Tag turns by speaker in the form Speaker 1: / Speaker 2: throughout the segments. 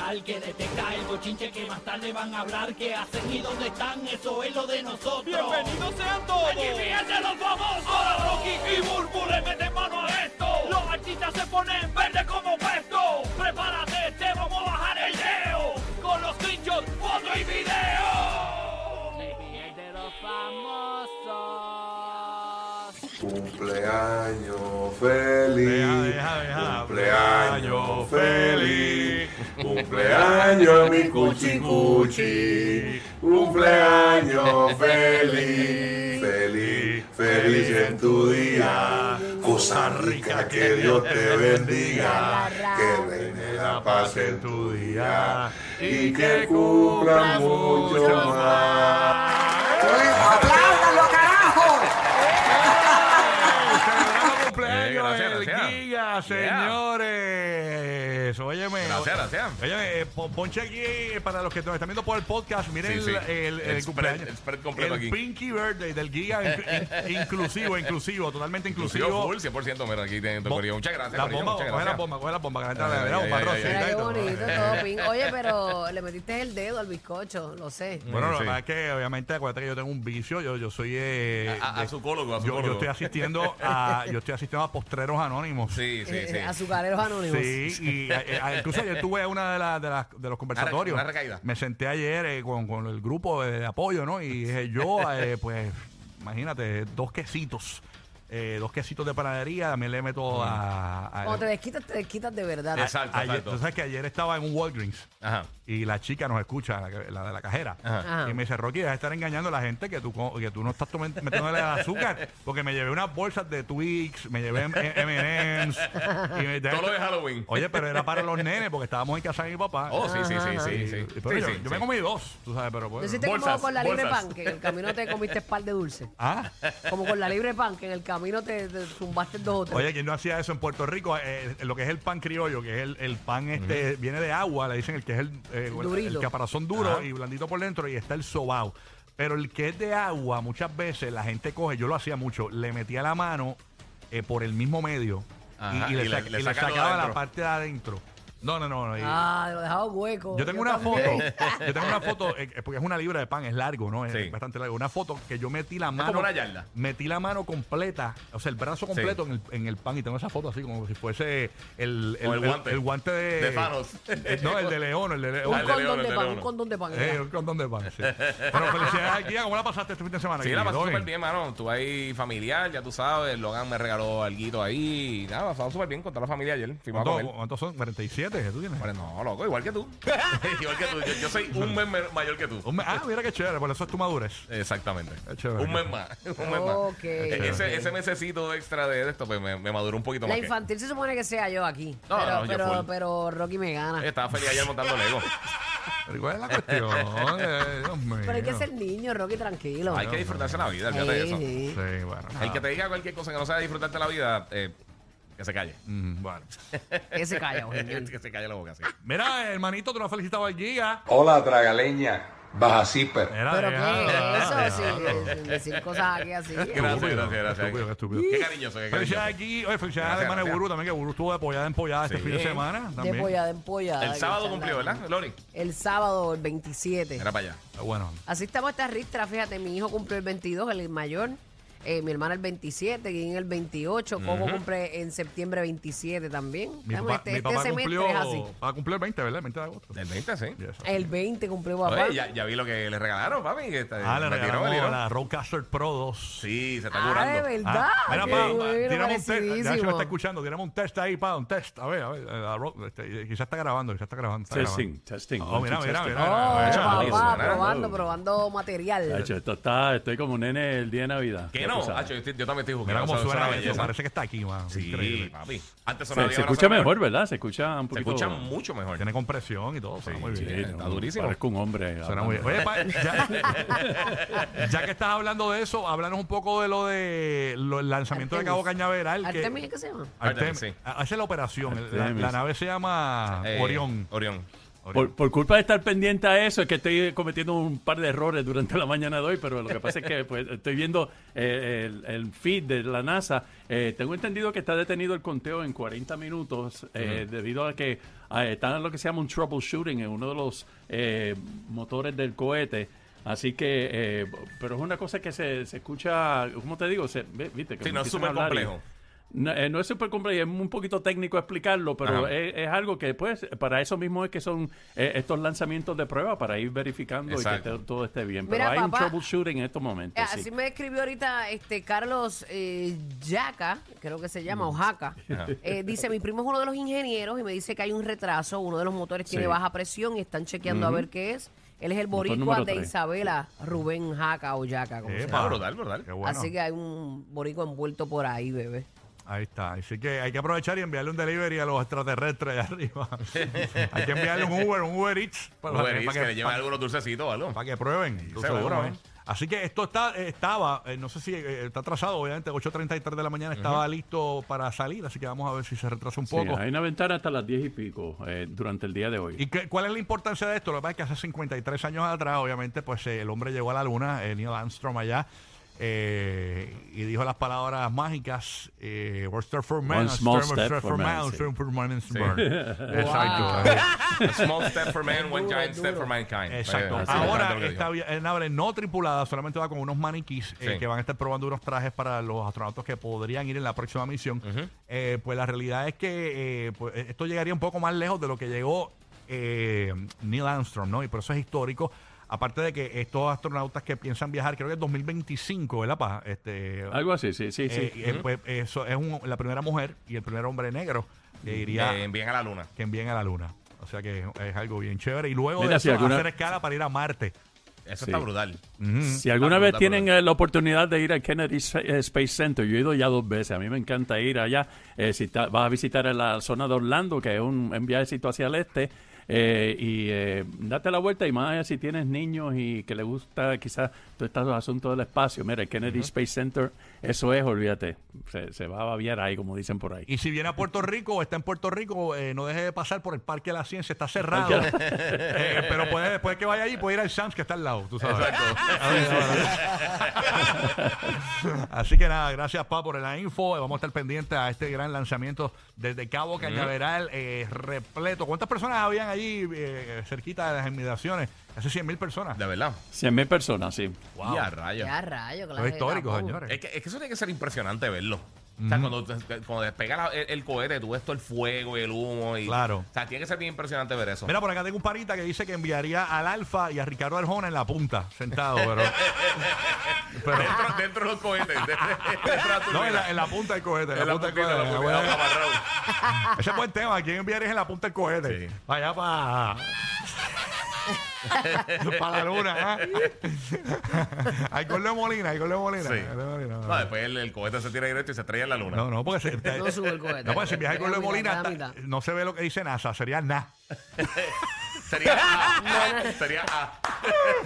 Speaker 1: al que detecta el bochinche que más tarde van a hablar que hacen y dónde están, eso es lo de nosotros.
Speaker 2: Bienvenidos sean todos.
Speaker 1: Aquí fíjense los famosos.
Speaker 2: Ahora Rocky y Burbu le meten mano a esto.
Speaker 1: Los artistas se ponen verde como puesto. Prepárate, te vamos a bajar el leo. Con los trinchos, foto y video. de los famosos.
Speaker 3: Cumpleaños feliz.
Speaker 2: Deja, deja, deja.
Speaker 3: Cumpleaños feliz. Cumpleaños mi cuchi cuchi. Cumpleaños feliz. Feliz, feliz en tu día. Cosa rica que Dios te bendiga. Que reine la paz en tu día. Y que cumpla mucho más.
Speaker 4: ¡Apláudalo, carajo!
Speaker 5: Celebramos cumpleaños
Speaker 6: Eh, gracias,
Speaker 5: el
Speaker 6: gracias.
Speaker 5: Giga, señores. Óyeme.
Speaker 6: Gracias, gracias.
Speaker 5: Óyeme, eh, pon- ponche aquí eh, para los que nos están viendo por el podcast. Miren
Speaker 6: Sí, sí.
Speaker 5: el, el, el
Speaker 6: El spread-
Speaker 5: cumpleaños.
Speaker 6: el spread completo
Speaker 5: El
Speaker 6: aquí.
Speaker 5: Pinky Birthday del Giga, in- in- inclusivo, inclusivo, totalmente inclusivo.
Speaker 6: Inclusivo full, 100%. Mira, aquí tienen tu
Speaker 5: Bo-
Speaker 6: corrido. Muchas gracias,
Speaker 5: La
Speaker 6: corillo,
Speaker 5: bomba,
Speaker 6: muchas
Speaker 5: coge la
Speaker 6: gracias.
Speaker 5: bomba, coge la bomba, que la
Speaker 6: Ay,
Speaker 5: bomba,
Speaker 6: ay,
Speaker 5: bomba,
Speaker 6: ay,
Speaker 5: Rosita
Speaker 6: ay,
Speaker 5: y
Speaker 7: Mira qué
Speaker 5: todo.
Speaker 7: bonito, todo pin. Oye, pero le metiste el dedo al bizcocho, lo sé.
Speaker 5: Bueno, la
Speaker 6: Sí.
Speaker 5: verdad es que obviamente acuérdate que yo tengo un vicio, yo, yo soy eh,
Speaker 6: A- a-
Speaker 5: de-
Speaker 6: azucólogo,
Speaker 5: yo,
Speaker 6: azucólogo.
Speaker 5: yo estoy asistiendo a yo estoy asistiendo a postreros anónimos.
Speaker 6: Sí, sí,
Speaker 7: Eh,
Speaker 6: sí.
Speaker 7: eh, Azucareros anónimos.
Speaker 5: Sí, y eh, eh, incluso ayer tuve una de, las de, las- de los conversatorios.
Speaker 6: Una recaída.
Speaker 5: Me senté ayer eh, con, con el grupo de apoyo, ¿no? Y dije, yo, eh, pues, imagínate, dos quesitos. eh, dos quesitos de panadería, también le meto a... a-
Speaker 7: Cuando te desquitas, te desquitas de verdad.
Speaker 6: Exacto.
Speaker 5: ayer,
Speaker 6: exacto.
Speaker 5: tú sabes que ayer estaba en un Walgreens
Speaker 6: Ajá.
Speaker 5: y la chica nos escucha, la, que- la de la cajera.
Speaker 7: Ajá.
Speaker 5: Y me dice, Rocky, vas a estar engañando a la gente que tú, co- que tú no estás tomen- metiéndole azúcar. Porque me llevé unas bolsas de Twix, me llevé M- M&M's. y me-
Speaker 6: Todo lo de Halloween.
Speaker 5: Oye, pero era para los nenes porque estábamos en casa de mi papá.
Speaker 6: Oh, sí, sí, sí,
Speaker 5: Y-
Speaker 6: sí. sí.
Speaker 5: y- pero
Speaker 6: Sí,
Speaker 5: yo,
Speaker 6: sí,
Speaker 5: yo
Speaker 6: sí.
Speaker 5: me comí dos, tú sabes, pero
Speaker 7: Yo
Speaker 5: pues...
Speaker 7: sí te como
Speaker 6: bolsas,
Speaker 7: con la libre
Speaker 6: bolsas.
Speaker 7: pan, que en el camino te comiste par de dulce.
Speaker 5: Ah,
Speaker 7: Como con la libre pan, que en el camino te, te zumbaste dos o tres.
Speaker 5: oye, quien no hacía eso en Puerto Rico, Eh, lo que es el pan criollo, que es el, el pan este, viene de agua, le dicen el que es el, eh, el,
Speaker 7: Durito.
Speaker 5: caparazón duro
Speaker 6: Ajá.
Speaker 5: y blandito por dentro y está el sobao. Pero el que es de agua, muchas veces la gente coge, yo lo hacía mucho, le metía la mano eh, por el mismo medio
Speaker 6: Ajá,
Speaker 5: y, y le,
Speaker 6: y le-
Speaker 5: sac-
Speaker 6: le
Speaker 5: y le
Speaker 6: sacan lo de
Speaker 5: sacaba la
Speaker 6: adentro.
Speaker 5: parte de adentro. No, no, no, no. y-
Speaker 7: Ah, lo dejaba hueco.
Speaker 5: Yo tengo una
Speaker 7: también.
Speaker 5: foto, yo tengo una foto, eh, porque es una libra de pan, es largo, ¿no? Es
Speaker 6: Sí.
Speaker 5: bastante largo. Una foto que yo metí la mano.
Speaker 6: como una yarda.
Speaker 5: Metí la mano completa, o sea, el brazo completo en, el, en el pan y tengo esa foto así como si fuese el,
Speaker 6: Como el guante.
Speaker 5: de.
Speaker 6: De Thanos.
Speaker 5: Eh, No, el de León, el de León.
Speaker 7: Un
Speaker 6: Dale,
Speaker 7: condón
Speaker 6: Leona,
Speaker 7: de
Speaker 6: dale,
Speaker 7: pan, un
Speaker 6: Leona.
Speaker 7: condón de pan.
Speaker 5: Eh, un condón de pan, sí. Bueno, felicidades aquí. ¿Cómo la pasaste este fin de semana?
Speaker 6: Sí, la pasó
Speaker 5: Guido?
Speaker 6: súper bien, mano. Tú ahí familiar, ya tú sabes. Logan me regaló algo ahí. y Nada, pasamos súper bien con toda la familia ayer. Fuimos a
Speaker 5: ¿Cuántos
Speaker 6: comer.
Speaker 5: cuántos son? ¿47 que tú tienes?
Speaker 6: Pero no, loco, igual que tú. igual que tú. Yo, yo soy un mes me- mayor que tú.
Speaker 5: Un me- Ah, mira qué chévere, por eso es tu madurez.
Speaker 6: Exactamente.
Speaker 5: Qué chévere.
Speaker 6: Un mes más. Un mes más.
Speaker 7: Ok.
Speaker 6: Eh, Ese,
Speaker 7: Ok.
Speaker 6: ese mesecito extra de esto pues, me, me maduró un poquito
Speaker 7: La
Speaker 6: más. que-
Speaker 7: infantil se supone que sea yo aquí.
Speaker 6: No,
Speaker 7: pero,
Speaker 6: no, yo
Speaker 7: pero,
Speaker 6: full. Eh,
Speaker 7: pero Rocky me
Speaker 6: Oye,
Speaker 7: gana.
Speaker 6: Estaba feliz ayer montando Lego.
Speaker 5: Pero ¿cuál es la cuestión? Eh, Dios mío.
Speaker 7: Pero hay que ser niño, Rocky, tranquilo.
Speaker 6: Hay que disfrutarse la vida, fíjate de
Speaker 7: Sí,
Speaker 6: eso.
Speaker 7: sí.
Speaker 5: Sí, bueno.
Speaker 6: El
Speaker 5: nada.
Speaker 6: que te diga cualquier cosa que no sea disfrutarte la vida, eh, que se calle.
Speaker 5: Mm, bueno.
Speaker 7: Ese calla, genial.
Speaker 6: que se calle la boca, sí.
Speaker 5: Ah, Mira, hermanito, tú no has felicitado al Giga.
Speaker 3: Hola, tragaleña. Baja zipper.
Speaker 5: Mira,
Speaker 7: Pero
Speaker 5: déjalo,
Speaker 7: qué eso,
Speaker 5: déjalo.
Speaker 7: sin, sin decir cosas aquí así.
Speaker 6: Gracias,
Speaker 5: Estúpido,
Speaker 6: gracias, gracias.
Speaker 5: estúpido, estúpido.
Speaker 6: Qué cariñoso, qué
Speaker 5: Felicidades
Speaker 6: cariñoso.
Speaker 5: aquí. Oye, felicidades al
Speaker 6: Gracias,
Speaker 5: hermano de
Speaker 6: gracias.
Speaker 5: Burbu también, que Burbu estuvo de apoyada en pollada este
Speaker 6: Sí.
Speaker 5: fin de semana.
Speaker 7: De
Speaker 5: También.
Speaker 7: pollada en pollada.
Speaker 6: El
Speaker 7: que
Speaker 6: sábado
Speaker 7: está
Speaker 6: cumplió,
Speaker 7: hablando.
Speaker 6: ¿verdad, Lori?
Speaker 7: El sábado, el 27.
Speaker 6: Era para allá.
Speaker 5: Ah, Bueno,
Speaker 7: Así estamos esta ristra, fíjate, mi hijo cumplió el 22, el mayor, eh, mi hermana el 27, Guín el 28, Coco cumple en septiembre 27 también.
Speaker 5: mi
Speaker 7: Estamos,
Speaker 5: papá,
Speaker 7: este
Speaker 5: mi
Speaker 7: este
Speaker 5: papá
Speaker 7: semestre
Speaker 5: cumplió,
Speaker 7: es así.
Speaker 5: va a cumplir el 20, ¿verdad? El 20 de agosto.
Speaker 6: Del 20, sí.
Speaker 5: Yes.
Speaker 7: El 20 cumplió papá.
Speaker 6: Oye, ya, ya vi lo que le regalaron, papi. que está-
Speaker 5: Ah, le
Speaker 6: me tiró, me
Speaker 5: regalamos
Speaker 6: tiró.
Speaker 5: la Rodecaster Pro 2.
Speaker 6: Sí, se está
Speaker 7: ah, de
Speaker 6: curando.
Speaker 7: verdad.
Speaker 5: mira,
Speaker 7: Qué
Speaker 5: pa, tiramos un
Speaker 7: bueno,
Speaker 5: test. Ya se me
Speaker 7: merecidísimo.
Speaker 5: está escuchando. Tiramos un test ahí, pa, un test. A ver, a ver. eh, la Ro- este, quizá está grabando, quizá está grabando. está
Speaker 8: Testing,
Speaker 5: grabando.
Speaker 8: testing.
Speaker 5: Oh, mira,
Speaker 8: Mucho
Speaker 5: mira,
Speaker 8: testing.
Speaker 5: mira, mira.
Speaker 7: Ah,
Speaker 6: Ah,
Speaker 7: papá,
Speaker 6: eso, ¿verdad?
Speaker 7: probando, probando material.
Speaker 8: Hacho, esto está, estoy como un nene el día de Navidad.
Speaker 6: Que
Speaker 8: ya
Speaker 6: no,
Speaker 8: tú sabes.
Speaker 6: Hacho, yo, estoy- yo también estoy jugando.
Speaker 5: Mira cómo
Speaker 6: Eso-
Speaker 5: suena
Speaker 6: una
Speaker 5: eso.
Speaker 6: belleza.
Speaker 5: Parece que está aquí, man.
Speaker 6: Sí,
Speaker 5: Increíble.
Speaker 6: papi. Antes
Speaker 8: Se-
Speaker 6: sonaba
Speaker 8: se
Speaker 6: bien, ahora
Speaker 8: escucha
Speaker 6: suena
Speaker 8: mejor, ¿verdad? Se escucha un
Speaker 6: Se
Speaker 8: poquito.
Speaker 6: escucha mucho mejor.
Speaker 5: Pues Tiene compresión y todo. suena muy
Speaker 8: Sí,
Speaker 5: bien.
Speaker 6: Está
Speaker 8: no,
Speaker 6: durísimo.
Speaker 8: Parezco un hombre.
Speaker 5: Suena
Speaker 8: hablando.
Speaker 5: muy bien. Oye, pa, ya, ya que estás hablando de eso, háblanos un poco de lo de lo- el lanzamiento de Cabo Cañaveral. que-
Speaker 7: Artemis, ¿qué se llama?
Speaker 5: Artemis,
Speaker 6: Artemis, sí.
Speaker 5: Ah, Esa es la operación. el- La,
Speaker 8: Artemis.
Speaker 5: la nave se llama
Speaker 6: Eh,
Speaker 5: Orión. Ah.
Speaker 6: Orión.
Speaker 8: Por, por culpa de estar pendiente a eso, es que estoy cometiendo un par de errores durante la mañana de hoy, pero lo que pasa es que pues, estoy viendo eh, el, el feed de la NASA. Eh, tengo entendido que está detenido el conteo en 40 minutos eh, debido a que ah, está en lo que se llama un troubleshooting en uno de los eh, motores del cohete. Así que, eh, pero es una cosa que se, se escucha, ¿cómo te digo? Se, ve- viste, que
Speaker 6: Sí, no
Speaker 8: me
Speaker 6: es
Speaker 8: empiezan
Speaker 6: súper
Speaker 8: a hablar y-
Speaker 6: complejo.
Speaker 8: no, eh, no es súper complejo, y es un poquito técnico explicarlo, pero
Speaker 6: Ajá.
Speaker 8: es, es algo que pues para eso mismo es que son eh, estos lanzamientos de prueba para ir verificando y
Speaker 6: Exacto.
Speaker 8: que te- todo esté bien.
Speaker 7: Mira,
Speaker 8: pero hay
Speaker 7: papá,
Speaker 8: un troubleshooting en estos
Speaker 7: Eh,
Speaker 8: momentos.
Speaker 7: Así
Speaker 8: Pues sí.
Speaker 7: me escribió ahorita este Carlos eh, Yaca, creo que se llama, o Jaca.
Speaker 6: Ajá.
Speaker 7: Eh, dice, mi primo es uno de los ingenieros y me dice que hay un retraso, uno de los motores tiene
Speaker 8: Sí.
Speaker 7: baja presión y están chequeando a ver qué es. Él es el
Speaker 8: Motor
Speaker 7: boricua
Speaker 8: número
Speaker 7: de
Speaker 8: tres.
Speaker 7: Isabela, Rubén Jaca o Yaca, como se
Speaker 5: Epa.
Speaker 6: Ah,
Speaker 7: llama.
Speaker 6: brutal, brutal.
Speaker 5: Qué bueno.
Speaker 7: Así que hay un boricua envuelto por ahí, bebé.
Speaker 5: Ahí está. Así que hay que aprovechar y enviarle un delivery a los extraterrestres de arriba. hay que enviarle un Uber, un Uber Eats para,
Speaker 6: Uber
Speaker 5: para
Speaker 6: Eats, Pues, que,
Speaker 5: que,
Speaker 6: le lleven algunos dulcecitos o algo.
Speaker 5: para que prueben. Tú sabes
Speaker 6: seguro,
Speaker 5: cómo
Speaker 6: ¿eh?
Speaker 5: es. Así que esto está, eh, estaba, eh, no sé si eh, está atrasado, obviamente, 8.33 de la mañana estaba listo para salir, así que vamos a ver si se retrasa un
Speaker 8: Sí,
Speaker 5: poco.
Speaker 8: hay una ventana hasta las 10 y pico eh, durante el día de hoy.
Speaker 5: ¿Y qué- cuál es la importancia de esto? Lo que pasa es que hace 53 años atrás, obviamente, pues eh, el hombre llegó a la luna, eh, Neil Armstrong allá, eh, y dijo las palabras mágicas, eh, "One step for man,
Speaker 8: One
Speaker 5: a
Speaker 8: small
Speaker 5: step
Speaker 8: step for man",
Speaker 5: one
Speaker 8: sí.
Speaker 5: step for man,
Speaker 6: Sí.
Speaker 5: burn. Exacto. eh,
Speaker 6: A small step for man, one
Speaker 7: Duro,
Speaker 6: giant step
Speaker 7: duro.
Speaker 6: for mankind.
Speaker 5: Exacto.
Speaker 6: Eh,
Speaker 5: Ahora
Speaker 6: bastante lo que
Speaker 5: esta
Speaker 6: dijo.
Speaker 5: vi- eh, nave no tripulada solamente va con unos maniquís eh,
Speaker 6: Sí.
Speaker 5: que van a estar probando unos trajes para los astronautas que podrían ir en la próxima misión. Eh, pues la realidad es que eh, pues, esto llegaría un poco más lejos de lo que llegó eh, Neil Armstrong, ¿no? Y por eso es histórico. Aparte de que estos astronautas que piensan viajar, creo que es 2025, ¿verdad? Pa? Este,
Speaker 8: Algo así, sí, sí, sí.
Speaker 5: eh, eh, pues, eso es un- la primera mujer y el primer hombre negro que iría
Speaker 6: Eh, envíen a la luna.
Speaker 5: que envíen a la luna. O sea que es algo bien chévere. Y luego
Speaker 8: Mira,
Speaker 5: de
Speaker 8: si
Speaker 5: eso,
Speaker 8: alguna-
Speaker 5: hacer escala para ir a Marte.
Speaker 6: Eso
Speaker 8: Sí.
Speaker 6: está brutal.
Speaker 8: Si alguna vez
Speaker 6: brutal,
Speaker 8: tienen
Speaker 6: brutal.
Speaker 8: eh, la oportunidad de ir al Kennedy Spa- eh, Space Center, yo he ido ya dos veces, a mí me encanta ir allá, Eh, si ta- vas a visitar la zona de Orlando, que es un, un viajecito hacia el este, eh, y eh, date la vuelta y más allá si tienes niños y que le gusta quizás todos estos asuntos del espacio, mira, el Kennedy Space Center, eso es, olvídate, se, se va a babiar ahí, como dicen por ahí.
Speaker 5: Y si viene a Puerto Rico o está en Puerto Rico, eh, no deje de pasar por el Parque de la Ciencia, está cerrado. Eh, pero puede, después que vaya allí, puede ir al Sams que está al lado, tú sabes. A ver, bueno. Así que nada, gracias Pa por la info. Eh, Vamos a estar pendientes a este gran lanzamiento desde Cabo Cañaveral, eh, repleto. ¿Cuántas personas habían allí eh, cerquita de las inmigraciones? Casi 100 mil personas.
Speaker 6: De verdad.
Speaker 8: 100 mil personas, sí.
Speaker 6: Y a rayos.
Speaker 7: Ya rayo,
Speaker 5: Esto
Speaker 7: claro.
Speaker 5: es histórico, señores.
Speaker 6: Es que, es que eso tiene que ser impresionante verlo. O sea, cuando, te- cuando despega la- el, el cohete, tú ves todo el fuego y el humo. Y,
Speaker 5: Claro.
Speaker 6: O sea, tiene que ser bien impresionante ver eso.
Speaker 5: Mira, por acá tengo un parita que dice que enviaría al Alfa y a Ricardo Arjona en la punta, sentado, pero. pero
Speaker 6: dentro, dentro de los cohetes. dentro de la
Speaker 5: no, en
Speaker 6: turbina.
Speaker 5: la, en la punta del cohete. En la, punta del cohete.
Speaker 6: puntita, en la
Speaker 5: la
Speaker 6: puntita,
Speaker 5: buena-
Speaker 6: amarrado.
Speaker 5: Ese es buen tema. ¿Quién enviaría en la punta del cohete?
Speaker 6: Sí.
Speaker 5: Vaya para. para la luna, ¿eh? Hay gol de Molina, hay gol de Molina.
Speaker 6: Sí.
Speaker 5: al gol de Molina.
Speaker 6: No, después el, el cohete se tira directo y se estrella en la luna.
Speaker 5: No, no, porque se,
Speaker 7: No sube el cohete.
Speaker 5: No, porque si viaja el gol de
Speaker 7: Queda mitad,
Speaker 5: Molina,
Speaker 7: queda
Speaker 5: está-
Speaker 7: mitad.
Speaker 5: no se ve lo que dice NASA, sería nada.
Speaker 6: Sería A. sería A.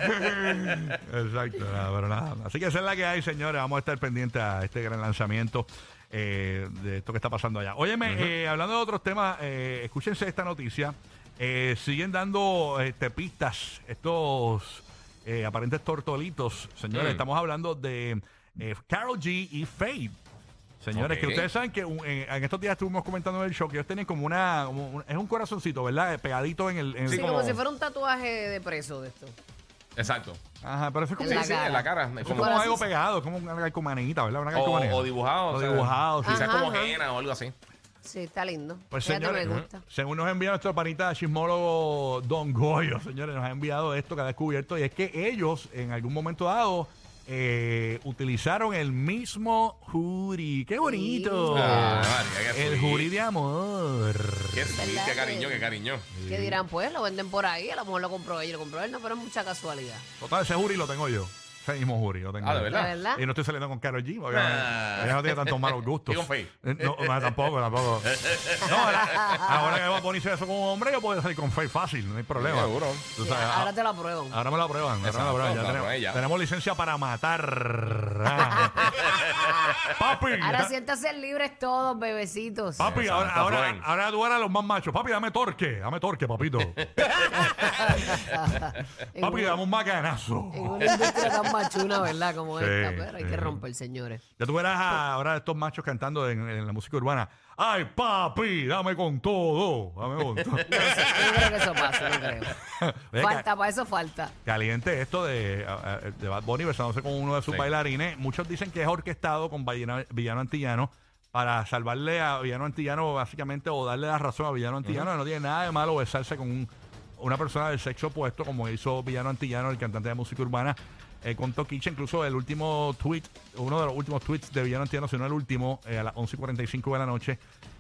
Speaker 5: Exacto, nada, pero nada. Así que esa es la que hay, señores. Vamos a estar pendientes a este gran lanzamiento eh, de esto que está pasando allá. Óyeme, eh, hablando de otros temas, eh, escúchense esta noticia. Eh, siguen dando este, pistas estos eh, aparentes tortolitos, señores.
Speaker 6: Mm.
Speaker 5: Estamos hablando de eh, Carol G y Faith. Señores, que
Speaker 6: Ok.
Speaker 5: ustedes saben que un- eh, en, en estos días estuvimos comentando en el show que ellos tienen como una. como un- es un corazoncito, ¿verdad? Eh, Pegadito en el. en el-
Speaker 7: Sí, como...
Speaker 6: como-
Speaker 7: si fuera un tatuaje de preso de esto.
Speaker 6: Exacto.
Speaker 5: Ajá, pero eso es como.
Speaker 7: En la
Speaker 6: sí, sí, en la cara. Es
Speaker 5: Es
Speaker 6: como,
Speaker 5: como
Speaker 7: Corazón.
Speaker 5: algo pegado, es como una calcomanita, ¿verdad? Una
Speaker 6: o,
Speaker 5: calcomanía.
Speaker 6: o dibujado.
Speaker 5: O
Speaker 6: sea, Ah.
Speaker 5: dibujado, sí.
Speaker 6: Quizás
Speaker 7: Ajá,
Speaker 6: como
Speaker 7: ajá.
Speaker 6: henna o algo así.
Speaker 7: Sí, está lindo.
Speaker 5: Pues
Speaker 7: Fíjate,
Speaker 5: señores,
Speaker 7: me gusta.
Speaker 5: según nos envía nuestro panita chismólogo Don Goyo, señores, nos ha enviado esto que ha descubierto y es que ellos en algún momento dado eh, utilizaron el mismo jury. ¡Qué bonito!
Speaker 7: Sí.
Speaker 6: Ah, María, qué
Speaker 5: el
Speaker 6: sweet.
Speaker 5: jury de amor.
Speaker 6: Qué, sweet,
Speaker 7: ¿Verdad
Speaker 6: qué
Speaker 7: que-
Speaker 6: cariño, qué cariño.
Speaker 7: ¿Qué dirán? Pues lo venden por ahí, a lo mejor lo compró ella, lo compró él, no, pero es mucha casualidad.
Speaker 5: Total, ese jury lo tengo yo. Ese mismo jury lo tengo
Speaker 6: Ah,
Speaker 5: yo.
Speaker 6: ¿de
Speaker 7: La
Speaker 6: verdad?
Speaker 7: verdad.
Speaker 5: Y no estoy saliendo con Karol G, porque
Speaker 6: Ah.
Speaker 5: ella no tiene tantos malos gustos.
Speaker 6: Y con Faith.
Speaker 5: Eh, No, no, tampoco, tampoco. No, ahora, ahora que va a ponerse eso como hombre, yo puedo salir con Faith fácil, no hay problema.
Speaker 6: Seguro.
Speaker 5: Tú
Speaker 7: Sí,
Speaker 5: sabes, ah-
Speaker 7: ahora te la pruebo.
Speaker 5: ahora me la prueban, ahora me la
Speaker 6: Exacto,
Speaker 5: prueban. Ya
Speaker 6: la
Speaker 5: tenemos,
Speaker 6: prueba ya.
Speaker 5: tenemos licencia para matar. Ah. Papi.
Speaker 7: Ahora siéntase libres todos, bebecitos.
Speaker 5: Papi,
Speaker 6: Exacto,
Speaker 5: ahora, ahora,
Speaker 6: Floyd.
Speaker 5: ahora tú eres los más machos. Papi, dame torque, dame torque, papito.
Speaker 7: En
Speaker 5: Papi,
Speaker 7: una-
Speaker 5: damos un macanazo.
Speaker 7: En una industria tan machuna, ¿verdad? Como
Speaker 5: Sí,
Speaker 7: esta, pero hay
Speaker 5: sí.
Speaker 7: que romper, señores.
Speaker 5: Ya tú verás a- ahora estos machos cantando en, en la música urbana. ¡Ay, papi! ¡Dame con todo! ¡Dame con todo!
Speaker 7: No creo que eso pase, no creo.
Speaker 5: Oye,
Speaker 7: Falta,
Speaker 5: ca-
Speaker 7: para eso falta.
Speaker 5: Caliente esto de, a- a- de Bad Bunny versándose con uno de sus
Speaker 6: Sí.
Speaker 5: bailarines. Muchos dicen que es orquestado con Villano, Villano Antillano para salvarle a Villano Antillano, básicamente, o darle la razón a Villano Antillano. No tiene nada de malo besarse con un- una persona del sexo opuesto, como hizo Villano Antillano, el cantante de música urbana. eh, con Toquicha, incluso el último tweet, uno de los últimos tweets de Villano Antillano, si no el último, eh, a las 11.45 de la noche,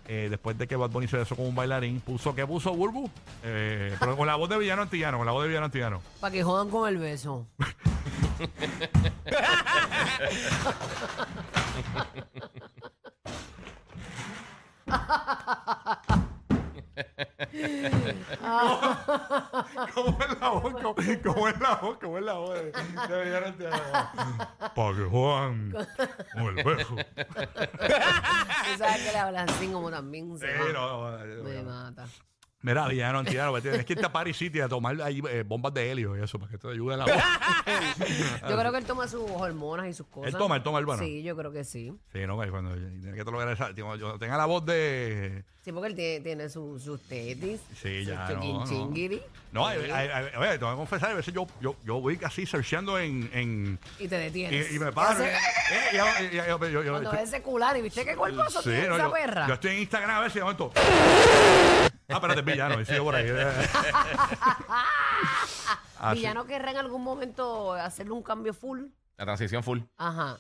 Speaker 5: eh, después de que Bad Bunny se besó con un bailarín, puso, ¿qué puso Burbu? Eh, pero con la voz de Villano Antillano, con la voz de Villano Antillano.
Speaker 7: Para que jodan con el beso.
Speaker 5: ¿Cómo es la voz? ¿Cómo, cómo es la voz? ¿Cómo es la voz? De, de Villano Para que Juan, con el beso.
Speaker 7: Tú sabes que le hablan así como también. se
Speaker 5: Sí,
Speaker 7: mata.
Speaker 5: no, no, no,
Speaker 7: Me
Speaker 5: no.
Speaker 7: mata.
Speaker 5: Mira, Villano Antillano, vete, tienes que irte a Paris City a tomar ahí, eh, bombas de helio y eso, para que te ayude la voz.
Speaker 7: Yo creo que él toma sus hormonas y sus cosas.
Speaker 5: Él toma, él toma, él, bueno.
Speaker 7: Sí, yo creo que sí.
Speaker 5: sí, no, que cuando tienes que lograr esa, cuando yo tenga la voz de...
Speaker 7: Sí, porque él tiene, tiene su- sus tetis.
Speaker 5: Sí,
Speaker 7: sus
Speaker 5: ya, no,
Speaker 7: chiquin-
Speaker 5: no.
Speaker 7: chinguiri.
Speaker 5: No, hay- hay- hay- oye, te voy a confesar, a veces yo, yo, yo voy así searchando en... en
Speaker 7: Y te detienes.
Speaker 5: y, y me paro.
Speaker 7: Ese-
Speaker 5: eh, eh, y hago- y- y- yo- yo- yo-
Speaker 7: Cuando
Speaker 5: estoy-
Speaker 7: ves ese cular y viste qué cuerpazo
Speaker 5: Sí,
Speaker 7: tiene
Speaker 5: no,
Speaker 7: esa
Speaker 5: yo,
Speaker 7: perra.
Speaker 5: yo estoy en Instagram a ver si de momento. Ah, espérate, villano, sigo por ahí. Ah, sí.
Speaker 7: Villano querrá en algún momento hacerle un cambio full.
Speaker 6: La transición full.
Speaker 7: Ajá.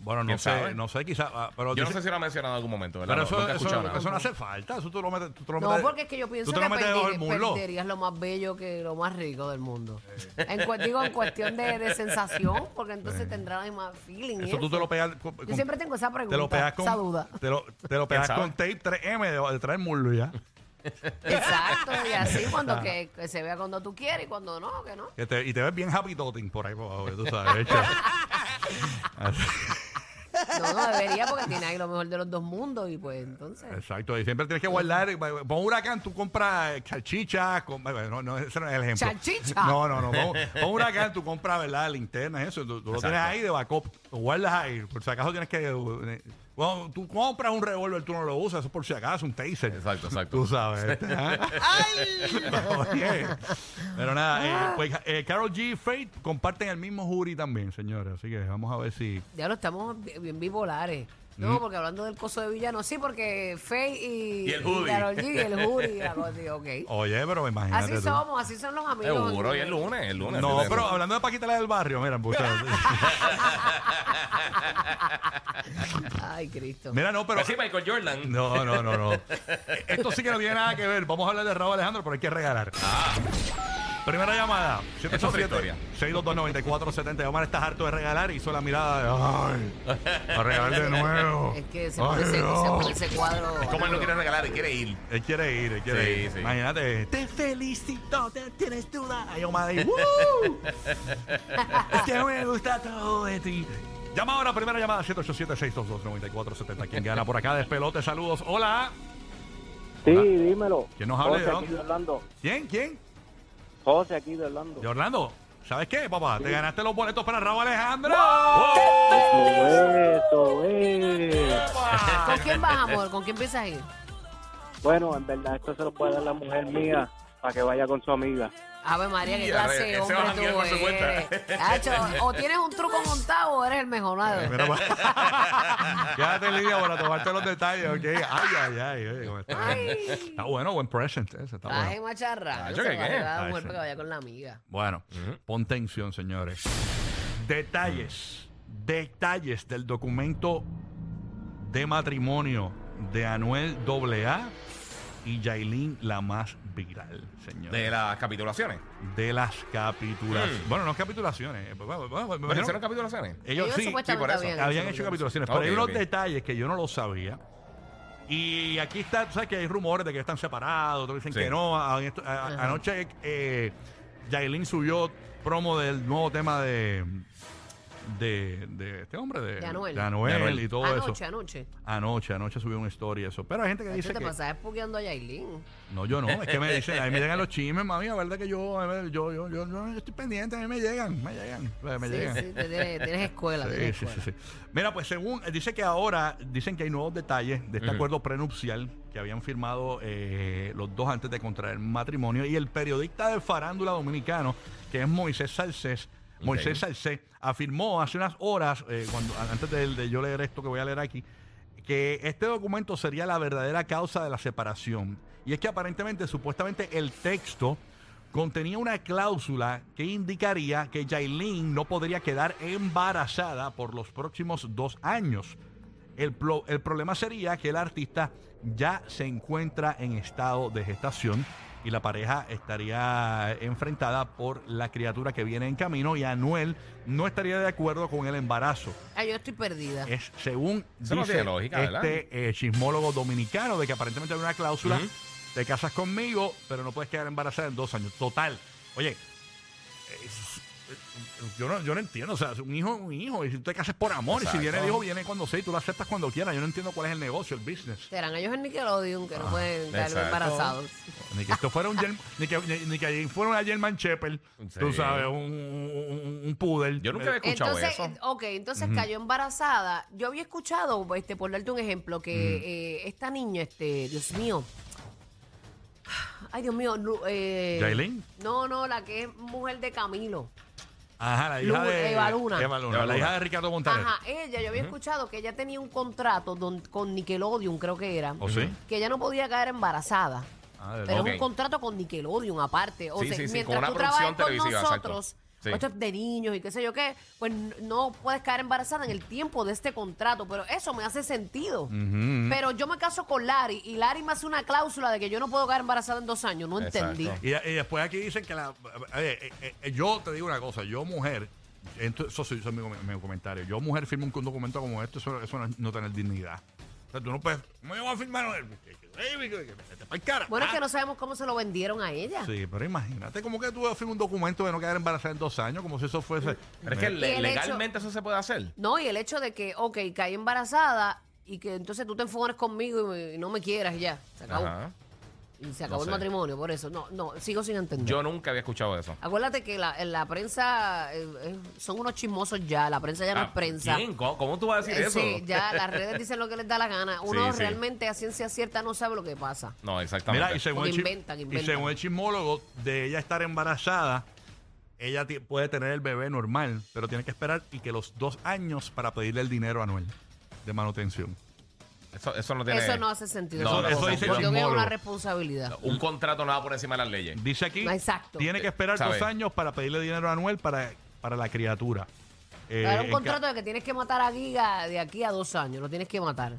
Speaker 5: Bueno, no
Speaker 6: ¿Quién
Speaker 5: sé,
Speaker 6: sabe?
Speaker 5: no sé, quizás. pero
Speaker 6: Yo no
Speaker 5: dice-
Speaker 6: sé si lo ha mencionado en algún momento, ¿verdad?
Speaker 5: pero
Speaker 6: No,
Speaker 5: eso,
Speaker 6: nunca he
Speaker 5: eso,
Speaker 6: escuchado nada.
Speaker 5: eso no hace falta, eso tú lo metes. Tú te lo
Speaker 7: No,
Speaker 5: metes-
Speaker 7: porque es que yo pienso
Speaker 5: tú
Speaker 7: que
Speaker 5: te lo metes debajo del
Speaker 7: perderías,
Speaker 5: muslo.
Speaker 7: perderías lo más bello que lo más rico del mundo.
Speaker 5: Eh.
Speaker 7: En, cu- digo, en cuestión de, de sensación, porque entonces tendrá la misma feeling. y
Speaker 5: Eso tú te lo pegas. con-
Speaker 7: Yo
Speaker 5: con-
Speaker 7: siempre tengo esa pregunta,
Speaker 5: te lo pegas con,
Speaker 7: esa duda.
Speaker 5: Te lo, te lo pegas
Speaker 6: sabe?
Speaker 5: con tape 3M de- detrás del muslo y ya.
Speaker 7: Exacto, y así
Speaker 5: Ah.
Speaker 7: cuando que, que se vea cuando tú quieres y cuando no, que no.
Speaker 5: Que te- y te ves bien happy toting por ahí, por abajo, tú sabes. hecho.
Speaker 7: No, no debería porque tiene ahí lo mejor de los dos mundos y pues entonces.
Speaker 5: Exacto, y siempre tienes que guardar. eh, Pon huracán, tú compras eh, salchichas. com- eh, no, no, ese no es el ejemplo.
Speaker 7: ¿Salchicha?
Speaker 5: No, no, no. Pon, pon huracán, tú compras, ¿verdad? Linternas, eso. Tú, tú lo
Speaker 6: Exacto.
Speaker 5: tienes ahí de backup. Lo guardas ahí. Por si acaso tienes que. eh, Cuando tú compras un revólver, tú no lo usas. Eso es por si acaso, un taser.
Speaker 6: Exacto, exacto.
Speaker 5: Tú sabes. este, ¿ah? Oye. Pero
Speaker 7: Ah.
Speaker 5: nada, eh, pues eh, Carol G y Fate comparten el mismo jury también, señores. Así que vamos a ver si.
Speaker 7: Ya lo estamos bi- bien bipolares.
Speaker 5: Mm.
Speaker 7: No, porque hablando del coso de villano, sí, porque Faye y,
Speaker 6: Y el Judy.
Speaker 7: Karol G y el Judy, la cosa, digo, ok.
Speaker 5: Oye, pero Oh, imagínate.
Speaker 7: Así
Speaker 5: tú.
Speaker 7: somos, así son los amigos.
Speaker 6: Seguro, y el lunes, el lunes.
Speaker 5: No,
Speaker 6: así que-
Speaker 5: pero hablando de Paquita la del barrio, mira, pues,
Speaker 7: Ay, Cristo.
Speaker 5: mira, no, pero
Speaker 6: Pues sí, Michael Jordan.
Speaker 5: no, no, no, no. Esto sí que no tiene nada que ver. Vamos a hablar de Raúl Alejandro, pero hay que regalar. Primera llamada.
Speaker 6: Ah. es otra historia.
Speaker 5: 622-9470. Omar está harto de regalar y hizo la mirada de ay, a regalar de nuevo.
Speaker 7: Es que se
Speaker 5: Ay,
Speaker 7: pone, ese,
Speaker 5: Dios.
Speaker 7: se pone ese cuadro.
Speaker 6: Es como él no quiere regalar, él quiere ir.
Speaker 5: Él quiere ir, él quiere
Speaker 6: Sí,
Speaker 5: ir.
Speaker 6: sí.
Speaker 5: Imagínate. Te felicito, te- tienes duda. Ay, Omar, ahí, ¡woo! es que me gusta todo de ti. Llama ahora, primera llamada, 787-622-9470. Quien gana por acá, despelote, saludos. Hola.
Speaker 9: Sí,
Speaker 5: Hola.
Speaker 9: dímelo.
Speaker 5: ¿Quién nos habla,
Speaker 9: José
Speaker 5: de
Speaker 9: aquí de
Speaker 5: dónde?
Speaker 9: Orlando.
Speaker 5: ¿Quién? ¿Quién?
Speaker 9: José aquí de Orlando.
Speaker 5: De Orlando. ¿Sabes qué, papá? Te ganaste los boletos para Raúl Alejandro.
Speaker 9: Eso, eso, eh.
Speaker 7: ¿Con quién vas, amor? ¿Con quién piensas ir?
Speaker 9: Bueno, en verdad, esto se lo puede dar la mujer mía para que vaya con su amiga.
Speaker 7: Ave María, qué
Speaker 6: Ya,
Speaker 7: clase
Speaker 6: ese
Speaker 7: de hombre
Speaker 6: va a janguear
Speaker 7: tú
Speaker 6: por su cuenta.
Speaker 7: eres. Hacho, o tienes un truco montado o eres el mejor. ¿no?
Speaker 5: Oh, Mira, pa- Quédate en línea para tomarte los detalles, ¿ok? Ay, ay, ay. oye, cómo está,
Speaker 7: Ay.
Speaker 5: está bueno, buen present ese, está bueno.
Speaker 7: Ay, macharra.
Speaker 6: Hacho, ¿qué, qué?
Speaker 7: a
Speaker 5: Ay,
Speaker 7: mujer
Speaker 5: sí.
Speaker 7: para que vaya con la amiga.
Speaker 5: Bueno, pon tensión, señores. Detalles, detalles del documento de matrimonio de Anuel AA y Yailin, la más viral, señores.
Speaker 6: De las capitulaciones.
Speaker 5: De las capitulaciones. Bueno, no capitulaciones. eh, bueno, bueno, me
Speaker 6: ¿Pero
Speaker 5: imagino-
Speaker 6: hicieron capitulaciones?
Speaker 5: ellos sí,
Speaker 6: por eso.
Speaker 7: habían
Speaker 5: habían hecho
Speaker 7: hecho
Speaker 5: capitulaciones,
Speaker 6: Ah,
Speaker 5: pero hay
Speaker 6: ok,
Speaker 5: unos
Speaker 6: ok.
Speaker 5: detalles que yo no lo sabía. Y aquí está, tú sabes que hay rumores de que están separados, otros dicen
Speaker 6: Sí.
Speaker 5: que no. A- a- a-
Speaker 7: Ajá.
Speaker 5: anoche eh, Yailin subió promo del nuevo tema de, de, de este hombre, de,
Speaker 7: De Anuel.
Speaker 5: Anuel
Speaker 6: De Anuel.
Speaker 5: y todo
Speaker 7: Anoche,
Speaker 5: eso.
Speaker 7: anoche.
Speaker 5: Anoche, anoche subió un story eso. Pero hay gente que
Speaker 7: Nacho,
Speaker 5: dice
Speaker 7: te
Speaker 5: que...
Speaker 7: pasabas pugueando a Yailin.
Speaker 5: No, yo no. Es que me dicen, a mí me llegan los chismes, mami. La verdad que yo, a ver, yo, yo, yo, yo, yo estoy pendiente, a mí me llegan, me llegan. Me
Speaker 7: Sí,
Speaker 5: llegan.
Speaker 7: sí, te tienes, tienes escuela.
Speaker 5: Sí,
Speaker 7: tienes
Speaker 5: sí,
Speaker 7: escuela.
Speaker 5: sí, sí. Mira, pues según eh, dice que ahora dicen que hay nuevos detalles de este acuerdo prenupcial que habían firmado eh, los dos antes de contraer matrimonio y el periodista de farándula dominicano que es Moisés Salcés. Moisés Salcés afirmó hace unas horas, eh, cuando, a- antes de, de yo leer esto que voy a leer aquí, que este documento sería la verdadera causa de la separación. Y es que aparentemente, supuestamente, el texto contenía una cláusula que indicaría que Jailin no podría quedar embarazada por los próximos dos años. El, plo- el problema sería que el artista ya se encuentra en estado de gestación y la pareja estaría enfrentada por la criatura que viene en camino y Anuel no estaría de acuerdo con el embarazo.
Speaker 7: Ah, yo estoy perdida.
Speaker 5: Es según
Speaker 6: Eso no
Speaker 5: dice
Speaker 6: tiene lógica, ¿verdad?
Speaker 5: este eh, chismólogo dominicano de que aparentemente hay una cláusula, te casas conmigo, pero no puedes quedar embarazada en dos años. Total. Oye, es- yo no, yo no entiendo, o sea, un hijo es un hijo, y si tú te casas por amor, y si
Speaker 6: Exacto.
Speaker 5: viene el hijo, viene cuando sea, y tú lo aceptas cuando quieras. Yo no entiendo cuál es el negocio, el business.
Speaker 7: Serán ellos en Nickelodeon
Speaker 5: Ah,
Speaker 7: que no pueden estar
Speaker 6: exacto.
Speaker 7: embarazados.
Speaker 5: Ni que esto fuera un Germ- ni que, ni, ni que ahí fuera una German Shepherd,
Speaker 6: Sí.
Speaker 5: tú sabes, un, un, un poodle.
Speaker 6: Yo nunca había escuchado
Speaker 7: Entonces, eh,
Speaker 6: eso.
Speaker 7: ok, entonces cayó embarazada. Yo había escuchado, este, por darte un ejemplo, que eh, esta niña, este, Dios mío. Ay, Dios mío. Lu- eh,
Speaker 5: ¿Yailin?
Speaker 7: No, no, la que es mujer de Camilo.
Speaker 5: Ajá, la hija
Speaker 7: Lu-
Speaker 5: de
Speaker 7: Eva Luna.
Speaker 5: Eva Luna,
Speaker 6: Eva
Speaker 5: la
Speaker 6: Luna.
Speaker 5: hija de Ricardo Montaner.
Speaker 7: Ajá, ella, yo había escuchado que ella tenía un contrato don- con Nickelodeon, creo que era.
Speaker 5: ¿O sí?
Speaker 7: Que ella no podía caer embarazada.
Speaker 5: Ah, de
Speaker 7: Pero
Speaker 6: ¿Oh, Ok.
Speaker 7: es un contrato con Nickelodeon aparte. O
Speaker 6: Sí,
Speaker 7: sea,
Speaker 6: sí, sí,
Speaker 7: mientras
Speaker 6: con una
Speaker 7: tú
Speaker 6: producción
Speaker 7: trabajas con
Speaker 6: televisiva, exacto.
Speaker 7: nosotros, pues,
Speaker 6: Sí.
Speaker 7: esto es de niños y qué sé yo qué, pues n- no puedes caer embarazada en el tiempo de este contrato. Pero eso me hace sentido. Pero yo me caso con Larry y Larry me hace una cláusula de que yo no puedo caer embarazada en dos años. No
Speaker 6: Exacto.
Speaker 7: entendí.
Speaker 5: Y, y después aquí dicen que la. oye, eh, eh, eh, yo te digo una cosa, yo mujer. ento- Eso soy, eso es mi, com- mi comentario. Yo, mujer, firmo un, un documento como este, eso, eso no, es no tener dignidad. O sea, tú no puedes. ¿Cómo yo voy a firmar? Que- que- que- que- que- Vete pa'l cara.
Speaker 7: Bueno, es que
Speaker 5: Ah,
Speaker 7: no sabemos cómo se lo vendieron a ella.
Speaker 5: Sí, pero imagínate, como que tú firmas un documento de no quedar embarazada en dos años, como si eso fuese.
Speaker 6: Pero es que
Speaker 7: Y
Speaker 6: le-
Speaker 7: el
Speaker 6: legalmente eso se puede hacer.
Speaker 7: No, y el hecho de que, ok, caí embarazada y que entonces tú te enfogones conmigo y, me- y no me quieras y ya. Se acabó.
Speaker 6: Ajá.
Speaker 7: Y se acabó
Speaker 6: No
Speaker 7: el
Speaker 6: sé.
Speaker 7: matrimonio, por eso. No, no, sigo sin entender.
Speaker 6: Yo nunca había escuchado eso.
Speaker 7: Acuérdate que la, en la prensa eh, eh, son unos chismosos ya, la prensa ya no es
Speaker 6: Ah,
Speaker 7: prensa.
Speaker 6: ¿quién? ¿Cómo, cómo tú vas a decir
Speaker 7: Eh,
Speaker 6: eso?
Speaker 7: Sí, ya las redes dicen lo que les da la gana. Uno
Speaker 6: sí.
Speaker 7: realmente a ciencia cierta no sabe lo que pasa.
Speaker 6: No, exactamente.
Speaker 5: Mira, y según,
Speaker 7: Porque
Speaker 5: el chi-
Speaker 7: inventan,
Speaker 5: y
Speaker 7: inventan.
Speaker 5: según el chismólogo, de ella estar embarazada, ella ti- puede tener el bebé normal, pero tiene que esperar y que los dos años para pedirle el dinero a Noel de manutención.
Speaker 6: eso, eso no tiene...
Speaker 7: Eso no hace sentido.
Speaker 6: No, no,
Speaker 7: hace
Speaker 6: eso
Speaker 7: sentido.
Speaker 6: dice el
Speaker 7: Yo creo que es
Speaker 5: chismólogo.
Speaker 7: una responsabilidad.
Speaker 6: Un contrato no va por encima de las leyes.
Speaker 5: Dice aquí,
Speaker 7: Exacto.
Speaker 5: tiene que esperar
Speaker 6: ¿Sabe?
Speaker 5: dos años para pedirle dinero a Anuel para, para la criatura. Eh,
Speaker 7: Era un
Speaker 5: en
Speaker 7: contrato
Speaker 5: ca-
Speaker 7: de que tienes que matar a Giga de aquí a dos años, lo tienes que matar.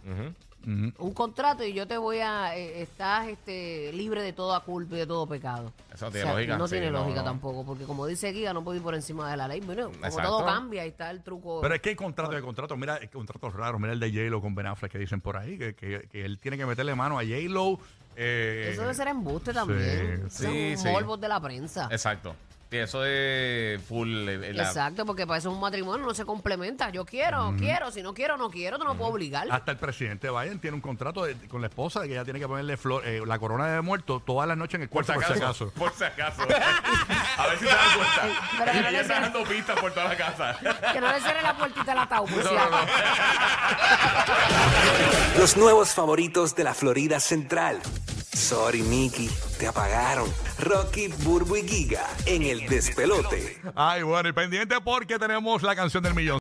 Speaker 7: Un contrato y yo te voy a. eh, estás este, libre de toda culpa y de todo pecado.
Speaker 6: Eso no tiene lógica,
Speaker 7: No
Speaker 6: sí,
Speaker 7: tiene
Speaker 6: no,
Speaker 7: lógica
Speaker 6: no.
Speaker 7: tampoco, porque como dice Giga, no puede ir por encima de la ley. Bueno, como
Speaker 6: Exacto.
Speaker 7: todo cambia y está el truco.
Speaker 5: Pero es que hay contratos de contratos. Mira, hay contratos raros. Mira el de J-Lo con Ben Affleck que dicen por ahí, que, que- que él tiene que meterle mano a J-Lo. eh,
Speaker 7: Eso debe ser embuste también.
Speaker 5: sí,
Speaker 7: Son
Speaker 6: sí, sí.
Speaker 7: morbos de la prensa.
Speaker 6: Exacto. Y eso es full... eh, la-
Speaker 7: Exacto, porque para eso es un matrimonio, no se complementa. Yo quiero, quiero, si no quiero, no quiero, tú no puedo obligar.
Speaker 5: Hasta el presidente Biden tiene un contrato de- con la esposa de que ella tiene que ponerle flor- eh, la corona de muerto todas las noches en el
Speaker 6: Por si
Speaker 5: cuarto, por si
Speaker 6: acaso.
Speaker 5: acaso.
Speaker 6: Por si acaso. a ver si te das
Speaker 7: Pero
Speaker 6: cuenta.
Speaker 7: no
Speaker 6: Y
Speaker 7: le
Speaker 6: ella está
Speaker 7: cierres-
Speaker 6: dando pistas por toda la casa.
Speaker 7: Que no le cierre la puertita al ataúd. por si
Speaker 6: No, no, no.
Speaker 7: acaso.
Speaker 10: Los nuevos favoritos de la Florida Central. Sorry, Mickey, te apagaron. Rocky, Burbu y Giga en el despelote.
Speaker 5: Ay, bueno, y pendiente porque tenemos la canción del millón.